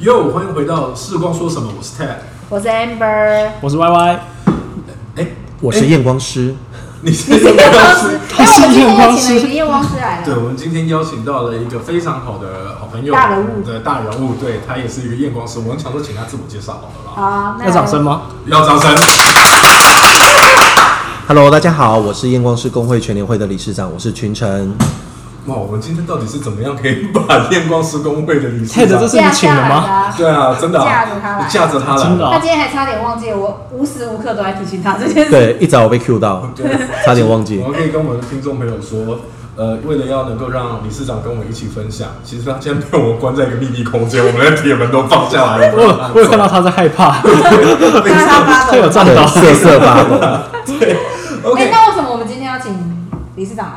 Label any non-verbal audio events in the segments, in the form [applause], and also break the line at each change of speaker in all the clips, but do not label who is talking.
哟，欢迎回到《世光说什么》，我是 Ted。
我是 Amber，
我是 Y Y，
哎，
我是验光师，
你是
你是
验
验光
光
师
师？，
哎，我们今天
他
也请了
是验光师
一个验光师来
对，
了，
我们今天邀请到了一个非常好的好朋友，
大人物
对大人物，对他也是一个验光师。我们想说请他自我介绍好了啦，
好，那
要掌声吗？ [laughs]
要掌声。
Hello，大家好，我是验光师工会全联会的理事长，我是群成。
哇，我们今天到底是怎么样可以把验光师工会的理事
Ted，这
长？
是你请的
架下来的
吗？
啊
对啊，真的啊、
架着他来
架着他来，
真的
他
啊
今天还差点忘记，我无时无刻都在提醒他这件事。
对，一早我被 Q 到，
对。
差点忘记
[laughs] 我。们可以跟我们的听众朋友说，呃，为了要能够让理事长跟我们一起分享，其实他现在被我们关在一个秘密空间，我们的铁门都放下来了。
我有我有看到他在害怕，
他他发
他有
抖。
颤
对
抖。
瑟瑟发抖。
哎，
OK
那为什么我们今天要请理事长来？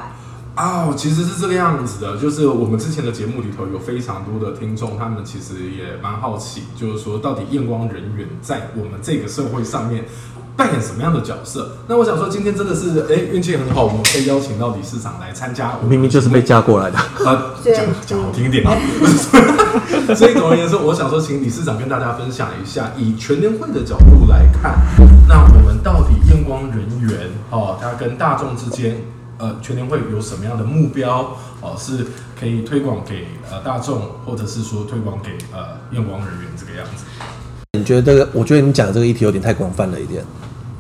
啊、其实是这个样子的，就是我们之前的节目里头有非常多的听众，他们其实也蛮好奇，就是说到底验光人员在我们这个社会上面扮演什么样的角色？那我想说，今天真的是哎运气很好，我们可以邀请到理事长来参加我们
明明就是被架过来的，
[laughs] 啊，
对
讲讲好听一点啊。 [laughs] 所以总而言之，我想说，请理事长跟大家分享一下，以全联会的角度来看，那我们到底验光人员哦，他跟大众之间，呃，全联会有什么样的目标哦，是可以推广给呃大众，或者是说推广给呃验光人员这个样子？
你觉得这个？我觉得你讲的这个议题有点太广泛了一点。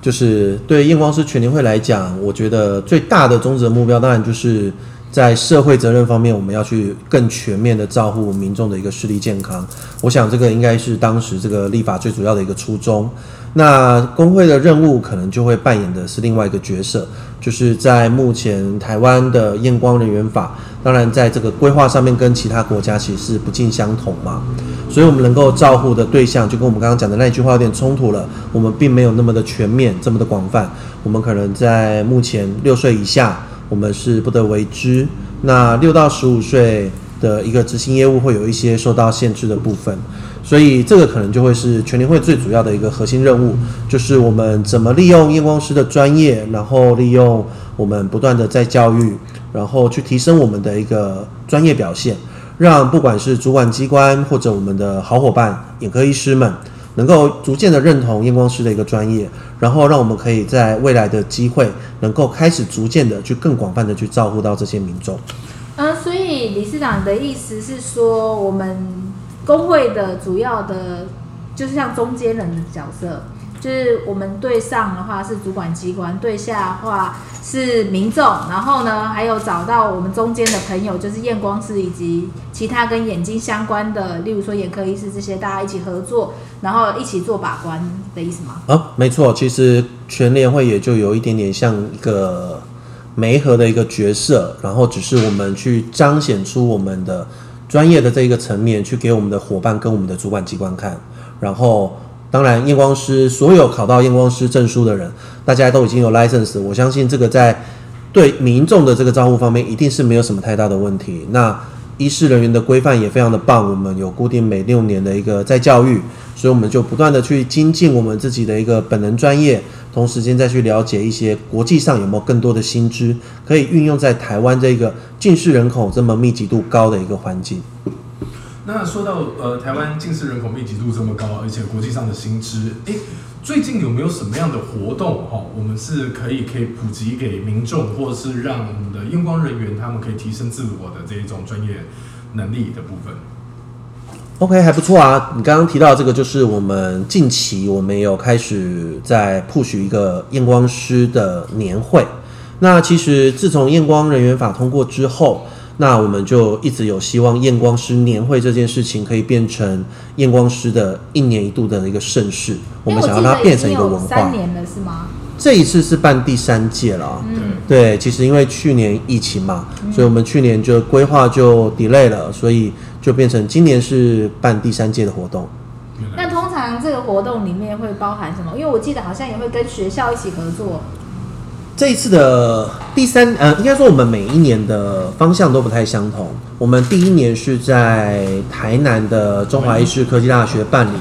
就是对验光师全联会来讲，我觉得最大的宗旨的目标，当然就是在社会责任方面，我们要去更全面的照顾民众的一个视力健康。我想这个应该是当时这个立法最主要的一个初衷。那工会的任务可能就会扮演的是另外一个角色，就是在目前台湾的验光人员法，当然在这个规划上面跟其他国家其实是不尽相同嘛，所以我们能够照顾的对象就跟我们刚刚讲的那句话有点冲突了，我们并没有那么的全面，这么的广泛，我们可能在目前六岁以下，我们是不得为之，那六到十五岁的一个执行业务会有一些受到限制的部分，所以这个可能就会是全联会最主要的一个核心任务，就是我们怎么利用验光师的专业，然后利用我们不断的在教育，然后去提升我们的一个专业表现，让不管是主管机关或者我们的好伙伴眼科医师们。能够逐渐的认同验光师的一个专业，然后让我们可以在未来的机会能够开始逐渐的去更广泛的去照顾到这些民众。
嗯，所以理事长的意思是说，我们工会的主要的，就是像中间人的角色，就是我们对上的话是主管机关，对下的话是民众，然后呢，还有找到我们中间的朋友，就是验光师以及其他跟眼睛相关的，例如说眼科医师这些，大家一起合作，然后一起做把关的意思吗？
啊，没错，其实全联会也就有一点点像一个媒合的一个角色，然后只是我们去彰显出我们的专业的这一个层面，去给我们的伙伴跟我们的主管机关看。然后，当然验光师所有考到验光师证书的人，大家都已经有 license，我相信这个在对民众的这个照顾方面，一定是没有什么太大的问题。那医师人员的规范也非常的棒，我们有固定每六年的一个再教育，所以我们就不断的去精进我们自己的一个本能专业，同时间再去了解一些国际上有没有更多的新知，可以运用在台湾这个近视人口这么密集度高的一个环境。
那说到呃，台湾近视人口密集度这么高，而且国际上的薪资，诶，最近有没有什么样的活动哈、我们是可以可以普及给民众，或者是让我们的验光人员他们可以提升自我的这一种专业能力的部分？
OK，还不错啊。你刚刚提到这个，就是我们近期我们也有开始在 push 一个验光师的年会。那其实自从验光人员法通过之后，那我们就一直有希望验光师年会这件事情可以变成验光师的一年一度的一个盛事。我们想要让它变成一个文
因为我记
化
得已。经有三年了是吗？
这一次是办第三届了啊。
对，
对，其实因为去年疫情嘛，所以我们去年就规划就 delay 了，所以就变成今年是办第三届的活动。
原来
那通常这个活动里面会包含什么？因为我记得好像也会跟学校一起合作。
这一次的第三，呃，应该说我们每一年的方向都不太相同。我们第一年是在台南的中华医师科技大学办理，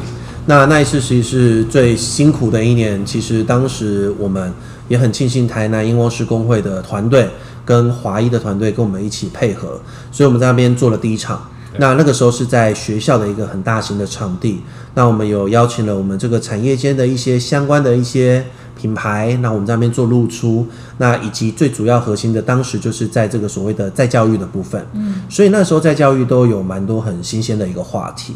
那那一次其实是最辛苦的一年。其实当时我们也很庆幸台南英光师工会的团队跟华医的团队跟我们一起配合，所以我们在那边做了第一场。那那个时候是在学校的一个很大型的场地，那我们有邀请了我们这个产业间的一些相关的一些品牌，那我们在那边做露出，那以及最主要核心的，当时就是在这个所谓的在教育的部分，嗯，所以那时候在教育都有蛮多很新鲜的一个话题。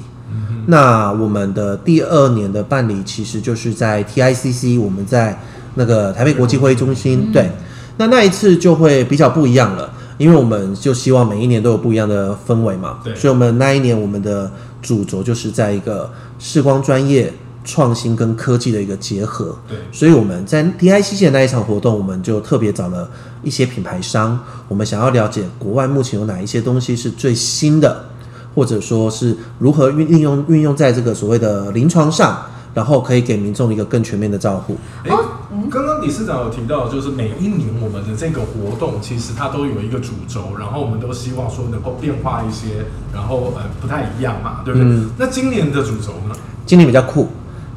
那我们的第二年的办理，其实就是在 TICC，我们在那个台北国际会议中心。对，那那一次就会比较不一样了，因为我们就希望每一年都有不一样的氛围嘛。
对
所以我们那一年我们的主轴就是在一个视光专业创新跟科技的一个结合。
对，
所以我们在 DICC 的那一场活动，我们就特别找了一些品牌商，我们想要了解国外目前有哪一些东西是最新的，或者说是如何运运用运用在这个所谓的临床上，然后可以给民众一个更全面的照顾。
哎，刚刚理事长有提到，就是每一年我们的这个活动，其实它都有一个主轴，然后我们都希望说能够变化一些，然后呃不太一样嘛，对不对？
嗯
那今年的主轴呢？
今年比较酷，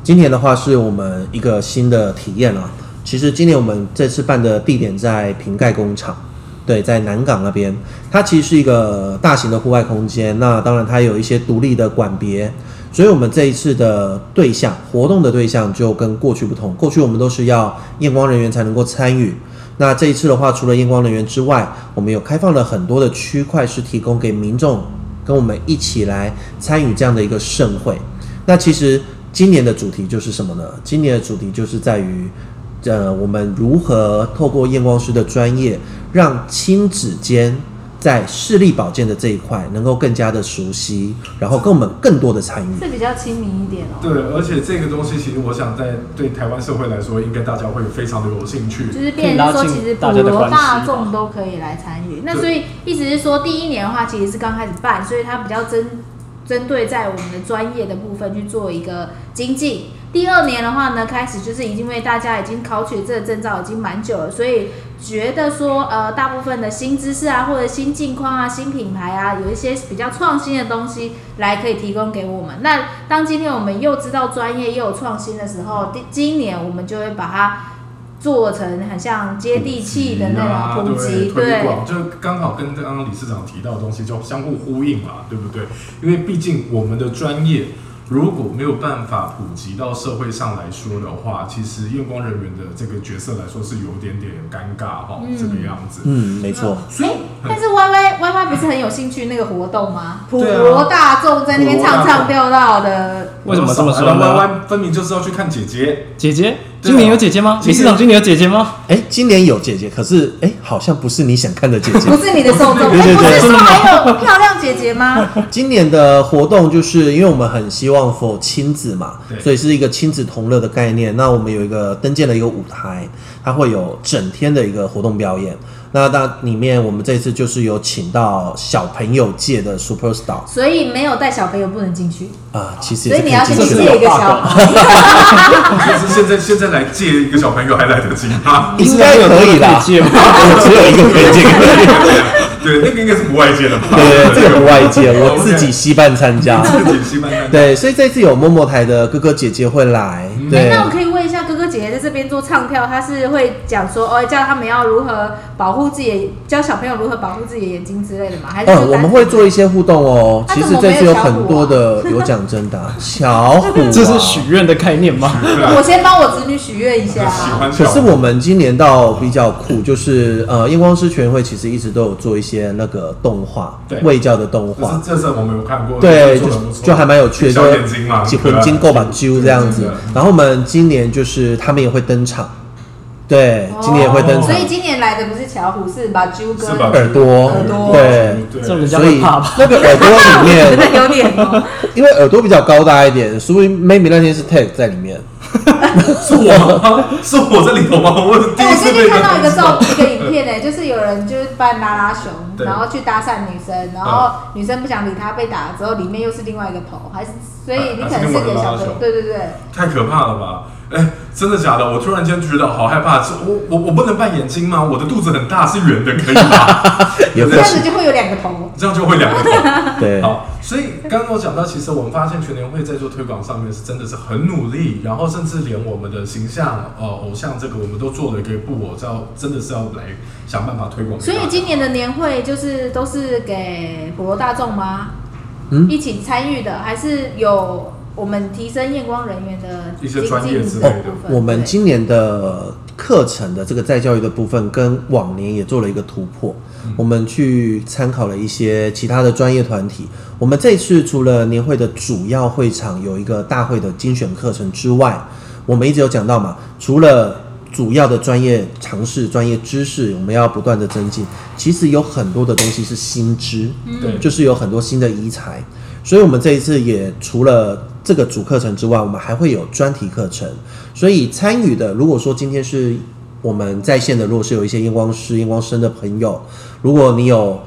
今年的话是我们一个新的体验啊。其实今年我们这次办的地点在瓶盖工厂，对，在南港那边，它其实是一个大型的户外空间。那当然它有一些独立的馆别，所以我们这一次的对象活动的对象就跟过去不同，过去我们都是要验光人员才能够参与。那这一次的话，除了验光人员之外，我们有开放了很多的区块是提供给民众跟我们一起来参与这样的一个盛会。那其实今年的主题就是什么呢？今年的主题就是在于，呃，我们如何透过验光师的专业，让亲子间在视力保健的这一块能够更加的熟悉，然后跟我们更多的参与。
是比较亲民一点哦，
对，而且这个东西其实我想在对台湾社会来说，应该大家会非常的有兴趣。
就是变成说其实普罗大众都可以来参与。那所以意思是说，第一年的话其实是刚开始办，所以它比较针针对在我们的专业的部分去做一个精进。第二年的话呢，开始就是因为大家已经考取这个证照已经蛮久了，所以觉得说呃，大部分的新知识啊，或者新境况啊、新品牌啊，有一些比较创新的东西来可以提供给我们。那当今天我们又知道专业又有创新的时候，第今年我们就会把它做成很像接地气的那种普及，
嗯啊推
对，
广，就刚好跟刚刚理事长提到的东西就相互呼应嘛，对不对？因为毕竟我们的专业如果没有办法普及到社会上来说的话，其实验光人员的这个角色来说是有点点尴尬哈、
嗯
这个样子。
嗯，没错。
所以
但是 Y Y Y Y 不是很有兴趣那个活动吗？普
对啊
罗大众在那边唱唱跳跳的，
为什么这么说
弯弯
呢？
弯分明就是要去看姐姐， [laughs]
姐姐，
对啊
今年有姐姐吗？
今年
理事长今年有姐姐吗？
哎，今年有姐姐，可是哎，好像不是你想看的姐姐
不。是你的受众。
对
哎，
对
不
对
是说还有漂亮姐姐吗？
今年的活动就是因为我们很希望 for 亲子嘛
对，
所以是一个亲子同乐的概念。那我们有一个登建的一个舞台，它会有整天的一个活动表演。那那里面我们这次就是有请到小朋友界的 super star
所以没有带小朋友不能进去，
啊，其实
所以
也是可
你要
进
先
去的
借一个小孩。
就是现在现在来借一个小朋友还来得及吗？
应该可以啦，
理事长有多少姐姐吗
我 [laughs] 只有一个可以借
[laughs]
给你。
[laughs] 对，那个应该是不外借的吧？
对，这个不外借， [laughs] 我自己稀办参加。
自己去慢慢。
[laughs] 对，所以这次有默默台的哥哥姐姐会来，
哎
对，
那我可以问一下，哥哥姐姐在这边做唱跳，他是会讲说哦，教他们要如何保护自己的，教小朋友如何保护自己的眼睛之类的吗？还是
嗯，
说
我们会做一些互动哦。
啊
其
怎
实
么
这
没
次
有
有
巧
很
虎
多
啊 [laughs]
的有奖征答，巧虎、啊，
这是许。愿的概念吗？
我先帮我子女许愿一
喜
下。啊
欢
可
小
是我们今年到比较酷，就是呃，验光师全会其实一直都有做一些那个动画
对，
卫教的动
就是
画，
这次我们有看过，
对，
做
就
得不错
就还蛮有趣的，
小眼睛嘛，
就
对
魂
吧
金够把揪这样
对
子
对对。
然后我们今年就是他们也会登场，对，今年也会登
哦
场
所，以今年来的不是巧虎，是把啾哥。
是吧？
耳朵
耳朵
对
这样人家
所
会
以
怕吧？
那个耳朵里
真
面
的 [laughs] 有点哦，
因为耳朵比较高大一点，所以 maybe 那天是 tag 在里面。
是我吗？是我在里头吗？我第
哎，
一
我
次
最
被
近看到一个照一个
[laughs]
影片呢，就是有人就是扮拉拉熊，
对嗯
然后去搭讪女生，然后女生不想理他，被打了之后，里面又是另外一个头，还是所以你
啊
可能是给小朋友，对对对，
太可怕了吧！哎，真的假的？我突然间觉得好害怕，是我我我不能扮眼睛吗？我的肚子很大，是圆的，可以
[laughs]
吗？
也
这
不
样
是
子就会有两个头。
这样就会两个头。
对，
好，所以刚刚我讲到，其实我们发现全联会在做推广上面是真的是很努力，然后甚至连我们的形象呃偶像这个我们都做了一个布偶，照真的是要来想办法推广给大
所
家。
以今年的年会就是都是给普罗大众吗？
嗯
一起参与的，还是有我们提升验光人员的
一些
精
专业
进
之
的
类的哦
部分
我们
对
今年的课程的这个再教育的部分，跟往年也做了一个突破。
嗯
我们去参考了一些其他的专业团体。我们这次除了年会的主要会场有一个大会的精选课程之外，我们一直有讲到嘛，除了主要的专业常识、专业知识，我们要不断的增进。其实有很多的东西是新知，
嗯
[laughs]
对，
就是有很多新的医材，所以我们这一次也除了这个主课程之外，我们还会有专题课程。所以参与的，如果说今天是我们在线的，如果是有一些验光师、验光生的朋友，如果你有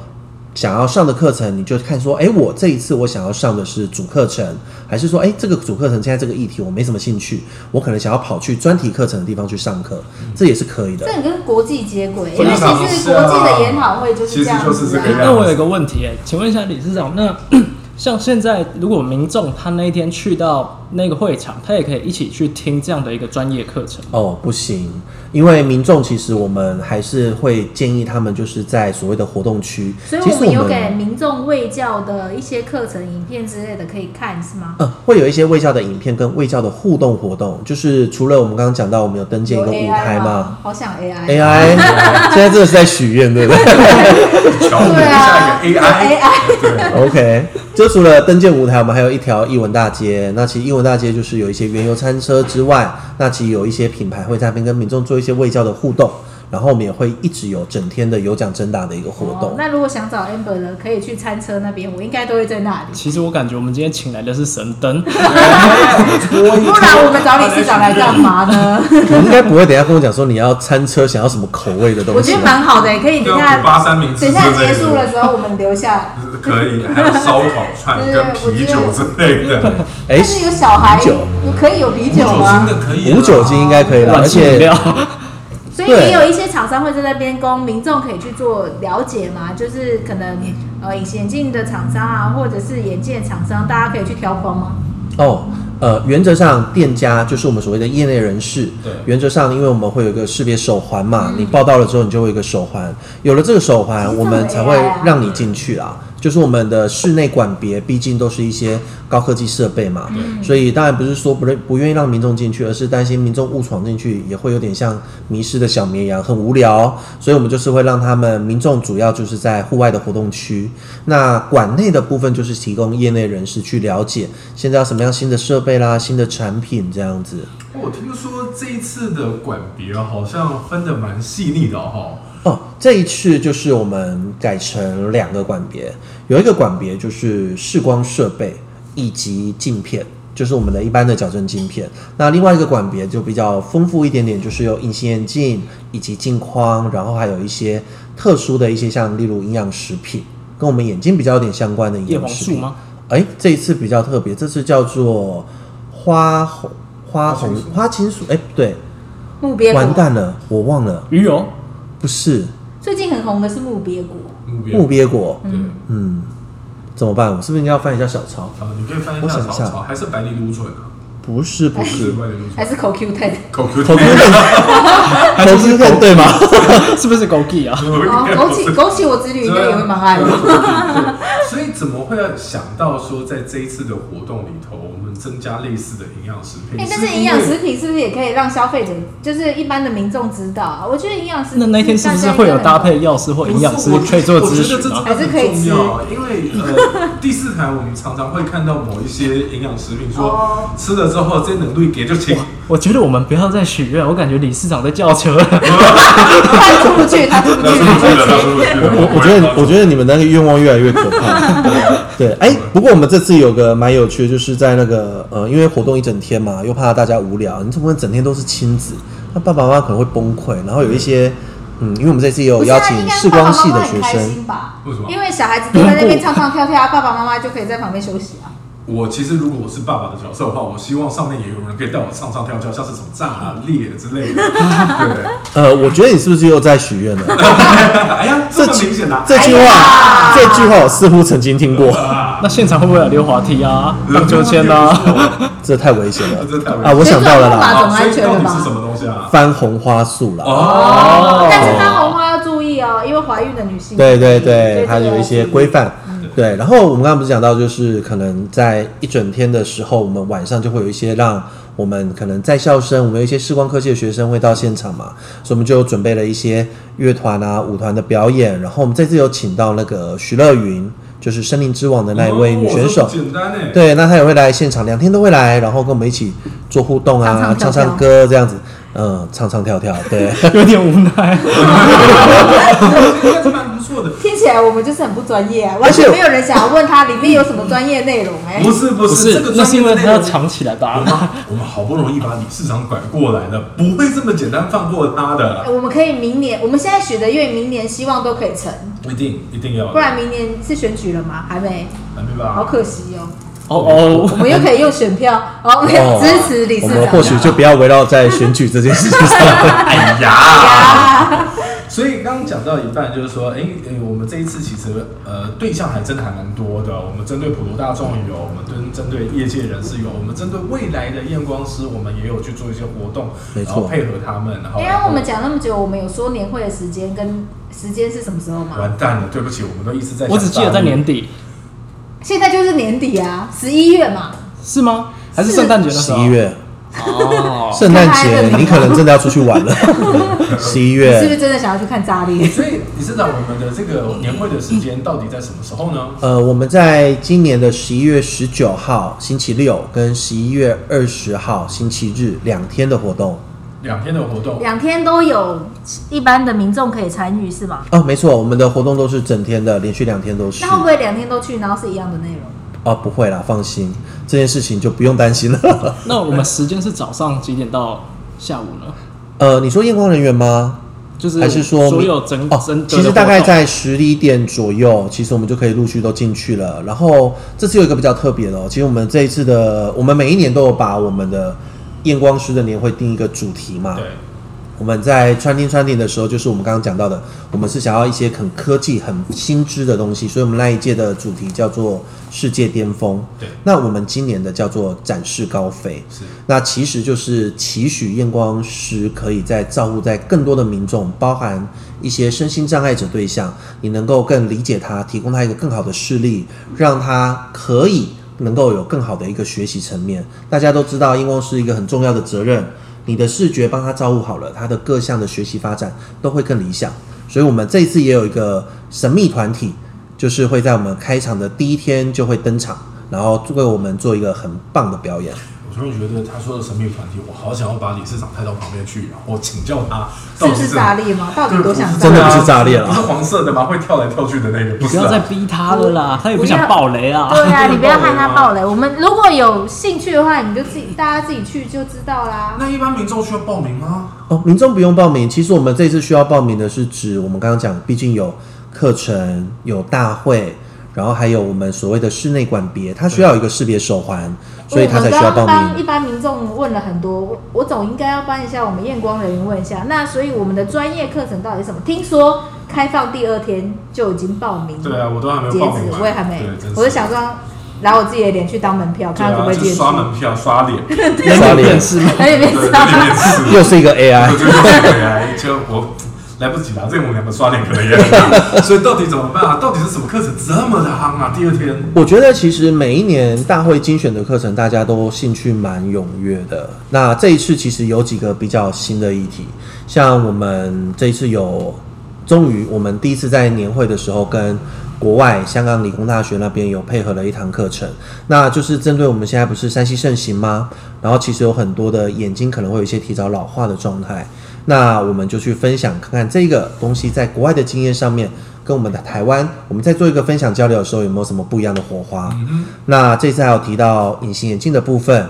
想要上的课程，你就看说，哎，我这一次我想要上的是主课程，还是说，哎，这个主课程现在这个议题我没什么兴趣，我可能想要跑去专题课程的地方去上课，这也是可以的
这。很跟国际接轨，因
非
为
常
其实
是啊
国际的研讨会就是这样
其实就是
子、
这个样
啊。
子
那我有个问题、哎，请问一下理事长，那 [coughs] 像现在如果民众他那一天去到那个会场，他也可以一起去听这样的一个专业课程。
哦，不行，因为民众其实我们还是会建议他们就是在所谓的活动区，
所以
其
我
实
们有给民众卫教的一些课程、影片之类的可以看，是吗？
呃会有一些卫教的影片跟卫教的互动活动，就是除了我们刚刚讲到我们有登建一
有
个舞
AI
台哎嘛。
吗？好想 AI。 [laughs]
AI，现在这个是在许愿，对不对
巧合
对啊
呃下一个 AI，对，
？OK，就 [laughs] 除了登建舞台，我们还有一条艺文大街。那其实艺文大街就是有一些原油餐车之外，那其实有一些品牌会在那边跟民众做一些卫教的互动，然后我们也会一直有整天的有奖征答的一个活动。
哦那如果想找 Amber 的，可以去餐车那边，我应该都会在那里。
其实我感觉我们今天请来的是神灯，
不然我们找理事长来干嘛
[laughs]
呢？
你应该不会等一下跟我讲说你要餐车想要什么口味的
我
东西啊
觉得
吧？
蛮好的，可以
对
等一
啊，
下
五八三明治
等一下
之类
结
的
束的时候我们留下。
可以，还有烧烤串
对
跟啤酒之类的，
哎
但，是有小孩
啤酒
有可以有啤
无
酒
酒精
吗？
的可以，
无酒精应该可以了，
软
而
性饮
且
料。
所以也有一些厂商会在那边供民众可以去做了解嘛，就是可能呃隐形眼镜的厂商啊，或者是眼镜的厂商，大家可以去挑框吗？
哦，呃，原则上店家就是我们所谓的业内人士。
对
原则上因为我们会有一个识别手环嘛，
嗯
你报到了之后你就会有一个手环，有了这个手
其
环，
实
我们
这
才
种
会
AI 啊
让你进去啦。就是我们的室内管别，毕竟都是一些高科技设备嘛，所以当然不是说不认不愿意让民众进去，而是担心民众误闯进去也会有点像迷失的小绵羊，很无聊。所以我们就是会让他们民众主要就是在户外的活动区，那馆内的部分就是提供业内人士去了解现在有什么样新的设备啦、新的产品这样子。
我听说这一次的管别好像分的蛮细腻的哈，
哦，这一次就是我们改成两个管别，有一个管别就是视光设备以及镜片，就是我们的一般的矫正镜片。那另外一个管别就比较丰富一点点，就是有隐形眼镜以及镜框，然后还有一些特殊的一些像例如营养食品，跟我们眼睛比较有点相关的营
叶
养
黄
食
素
品。
吗？
哎，这一次比较特别，这次叫做花红花红花青素，哎，不对，
木鳖
完
果
蛋了，我忘了，
鱼油
[laughs] 不是
最近很红的是木鳖果，
目标
木鳖果，
对，
嗯，怎么办？我是不是应该要翻一下小抄？
啊，你可以翻一
我
下
想一
草
下
草，还是白藜芦醇啊，
不是，不
是
是，
白藜芦醇
还是口 Q 太太？
口 Q
口
甜
蹄粉，口蹄粉对吗？
[laughs] 是不是枸杞啊？
哦，枸杞枸杞我子女应该也会蛮爱
对
的。
对所以怎么会想到说，在这一次的活动里头，我们增加类似的营养食品？
哎、但是营养
因
食
为
品是不是也可以让消费者，就是一般的民众知道啊？我觉得营养食品
那那天是不是会有搭配药师或营养师
不是我
可以做
我觉
咨
得这
询
真
啊
的？
还是可以
很重要，因为呃，第四台我们常常会看到某一些营养食品说
哦
吃了之后，这能力给就清
哇。我觉得我们不要再许愿，我感觉理事长在叫车了。
[laughs]
他出不去，他出不
那是不是的那是不
去。
是的
我我觉得，我觉得你们那个愿望越来越可 [laughs] 怕。对，哎、不过我们这次有个蛮有趣的，就是在那个呃，因为活动一整天嘛，又怕大家无聊，你怎么能整天都是亲子？那爸爸妈妈可能会崩溃。然后有一些，嗯，啊因为我们这次也有
不是
邀
啊，应
请
该
视
爸
光
爸
系
妈妈
的学
很开
生，
心吧？
为什么
因为小孩子都在那边
[laughs]
唱唱跳跳，爸爸妈妈就可以在旁边休息啊。
我其实如果我是爸爸的角色的话，我希望上面也有人可以带我唱唱跳跳，像是什么炸啊、裂之类的。对，
呃，我觉得你是不是又在许愿了？
哎呀，这么明显啊！
这句
哎
话
呀，
这句话我似乎曾经听过，
啊，
那现场会不会有溜滑梯啊、
[laughs]
荡秋千啊？
这太危险了
这太危险
啊！我想到了
这种方
啦，
法
好所以到底是什么东西啊？
番红花素啦。
啊
哦，
但是她红花要注意哦，因为怀孕的女性
对对对，
它
嗯
它有一些规范。对，然后我们刚刚不是讲到，就是可能在一整天的时候，我们晚上就会有一些让我们可能在校生，我们有一些视光科系的学生会到现场嘛，所以我们就准备了一些乐团啊、舞团的表演，然后我们这次有请到那个徐乐云，就是《森林之王》的那一位女选手，
哦这不简单哎，
对，那她也会来现场，两天都会来，然后跟我们一起做互动啊，
唱唱跳跳
唱唱歌这样子，嗯，唱唱跳跳，对。
有点无奈。
应该是蛮不错的。
听起来我们就是很不专业啊，完全没有人想要问他里面有什么专业内容哎、
不是不
不
是，这
是
个，
那
专
是
业
因为
的
他
内
要啊
容
藏起来
我
吧？
们我们好不容易把理事长拐过来了，不会这么简单放过他的，
我们可以明年，我们现在许的愿，明年希望都可以成，
一定一定要的，
不然明年是选举了吗？还没，
还没
啊
好
吧？
可惜哦。
哦哦
我，们又可以用选票哦，
哦
支持理
我
事长。
们
啊
或许就不要围绕在选举这件事情上。
哎呀，
哦
啊，
所以刚刚讲到一半，就是说，哎、哎、我们这一次其实呃对象还真的还蛮多的，我们针对普罗大众有，我们针针对业界人士有，我们针对未来的验光师，我们也有去做一些活动，
没
然后
错
配合他们，然后
因为哎我们讲那么久，我们有说年会的时间跟时间是什么时候吗？
完蛋了，对不起，我们都一直在想
我只记得在
大陆
年底，
现在就是年底啊，十一月嘛。
是吗？还是圣诞节的时
[laughs] 十
候？
一月，
哦，
圣诞节你可能真的要出去
[laughs]
玩了。十
你是
一
不
月，
是真的想要去看炸裂？
所以理事长，我们的这个年会的时间到底在什么时候呢？
呃，我们在今年的十一月十九号星期六跟十一月二十号星期日两天的活动。
两天的活动，
两天都有，一般的民众可以参与是吗？
哦，没错，我们的活动都是整天的，连续两天都是。
那会不会两天都去，然后是一样的内容？
哦，不会啦，放心，这件事情就不用担心了。 [laughs]
那我们时间是早上几点到下午呢？
呃，你说验光人员吗？
就是
还是说哦
所有整
哦
整
其实大概在十一点左右，其实我们就可以陆续都进去了。然后这次有一个比较特别的、哦，其实我们这一次的，我们每一年都有把我们的验光师的年会定一个主题嘛。
对，
我们在穿听穿听的时候，就是我们刚刚讲到的，我们是想要一些很科技、很新知的东西，所以我们那一届的主题叫做世界巅峰。
对
那我们今年的叫做展翅高飞。
是
那其实就是期许验光师可以在照顾在更多的民众，包含一些身心障碍者对象，你能够更理解他，提供他一个更好的视力，让他可以能够有更好的一个学习层面。大家都知道，验光师一个很重要的责任，你的视觉帮他照顾好了，他的各项的学习发展都会更理想。所以我们这一次也有一个神秘团体，就是会在我们开场的第一天就会登场，然后为我们做一个很棒的表演。
我突然觉得他说的神秘团体，我好想要把理事长带到旁边去，然后请教他
是
到
不
底
是
是
炸裂吗？到底多想炸
真
裂？
的不是炸裂了
不是黄色的吗？会跳来跳去的那个，不
不
是、
要再
啊。
逼他了啦，他也不想爆雷啊。
对啊，你不要害他爆雷。我们如果有兴趣的话，你就自己大家自己去就知道啦。
那一般民众需要报名吗？
哦，民众不用报名。其实我们这次需要报名的是指我们刚刚讲，毕竟有课程、有大会，然后还有我们所谓的室内馆别，它需要有一个识别手环，所以它才需要
我
报
们刚刚帮
名
一。般民众问了很多，我我总应该要帮一下我们验光人员问一下。那所以我们的专业课程到底是什么？听说开放第二天就已经报名，
对啊，我都还没
截
有报名
止
完，
我也还没
对真，是
我就想说拿我自己的脸去当门票，
对
看他
啊，
会不会
就
进去。
刷
[laughs]
门票、刷脸，对，
人脸辨识吗？
哎，别
对，
知
对
道，
面试，
又是一个 AI，
我觉得对啊，就我来不及了，这个我们两个刷脸可能也
[laughs]
很难，所以到底怎么办啊？到底是什么课程这么的夯啊？第二天。
我觉得其实每一年大会精选的课程，大家都兴趣蛮踊跃的。那这一次其实有几个比较新的议题，像我们这一次有，终于我们第一次在年会的时候跟国外香港理工大学那边有配合了一堂课程，那就是针对我们现在不是山西盛行吗？然后其实有很多的眼睛可能会有一些提早老化的状态，那我们就去分享看看这个东西在国外的经验上面，跟我们的台湾，我们在做一个分享交流的时候有没有什么不一样的火花？那这次还有提到隐形眼镜的部分，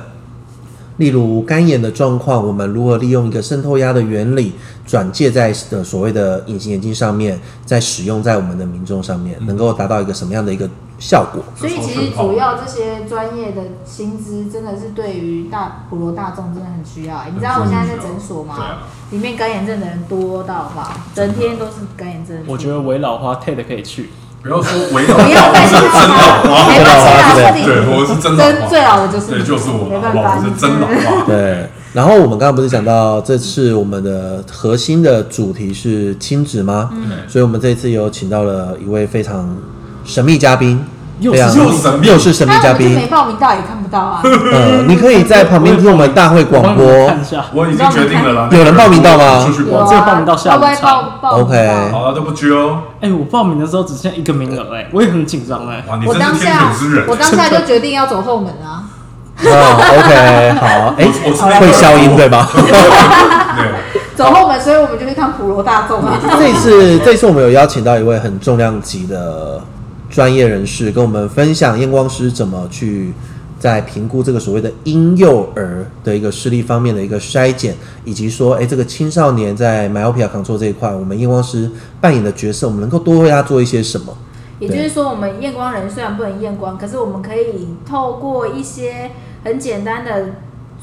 例如干眼的状况，我们如何利用一个渗透压的原理转介在呃所谓的隐形眼镜上面，再使用在我们的民众上面，
嗯
能够达到一个什么样的一个效果？
[laughs] 所以其实主要这些专业的薪资真的是对于大普罗大众真的很需要、欸你知道我现在在诊所吗？
对啊
里面干眼症的人多到吧，整天都是干眼症的。
我觉得围老花 TED 可以去，
不要说围绕
不要再说了，没关系啦，彻底
对，我是真老
真
花，
最老的就是
对，
你
就是我
没
老
办
花，
法，
我是真老
你
花。
对，然后我们刚刚不是讲到这次我们的核心的主题是亲子吗？
对
所以我们这次有请到了一位非常神秘嘉宾，
又
非常
是
又神秘
又是神秘
那
嘉
我们就
宾
没，报名到也看不
[laughs]
到啊。
呃，你可以在旁边听我们大会
我
广
帮你们
播
看。一下，
我已经决定了啦。
有人报名到吗
出去
有
逛
啊，
街，
这个报名到下午
要不要
场
报报名
OK
到
[laughs] 好了都不拘哦。
哎、我报名的时候只剩下一个名额，哎，我也很紧张，哎，
哇，你
我
真
当
是天
下
选之人。
我当下就决定要走后门啊。
[laughs]
啊，OK，好，哎、
我是那个
会消音对吧？
对，
走后门，所以我们就去当普罗大众
嗯
啊。
[laughs] 这次这次我们有邀请到一位很重量级的专业人士，跟我们分享验光师怎么去在评估这个所谓的婴幼儿的一个视力方面的一个筛检，以及说，哎，这个青少年在 myopia control 这一块，我们验光师扮演的角色，我们能够多为他做一些什么？
也就是说，我们验光人虽然不能验光，可是我们可以透过一些很简单的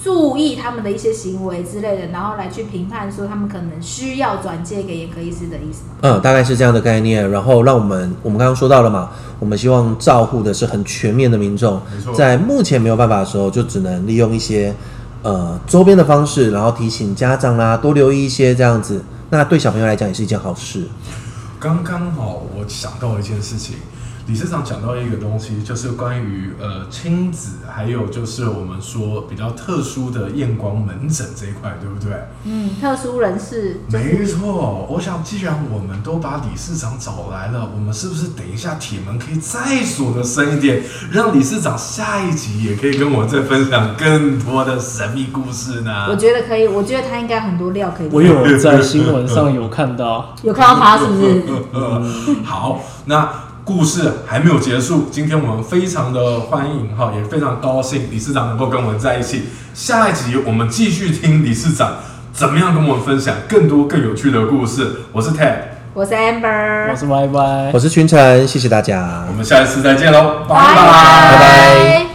注意他们的一些行为之类的，然后来去评判说他们可能需要转介给眼科医师的意思吗？
嗯，大概是这样的概念。然后让我们，我们刚刚说到了嘛，我们希望照护的是很全面的民众
没错，
在目前没有办法的时候，就只能利用一些呃周边的方式，然后提醒家长啦，多留意一些这样子。那对小朋友来讲也是一件好事。
刚刚好我想到一件事情，理事长讲到一个东西，就是关于呃亲子，还有就是我们说比较特殊的验光门诊这一块，对不对？
嗯，特殊人士
没错，我想既然我们都把理事长找来了，我们是不是等一下铁门可以再锁的深一点，让理事长下一集也可以跟我再分享更多的神秘故事呢？
我觉得可以，我觉得他应该很多料可以。
我有在新闻上有看到，
有看到他是不是？
[laughs]
[laughs]
好，那故事还没有结束，今天我们非常的欢迎哈，也非常高兴理事长能够跟我们在一起。下一集我们继续听理事长怎么样跟我们分享更多更有趣的故事。我是 Ted，
我是 Amber，
我是 Y Y，
我是群晨，谢谢大家
我。们下一次再见喽，拜拜
拜
拜
拜。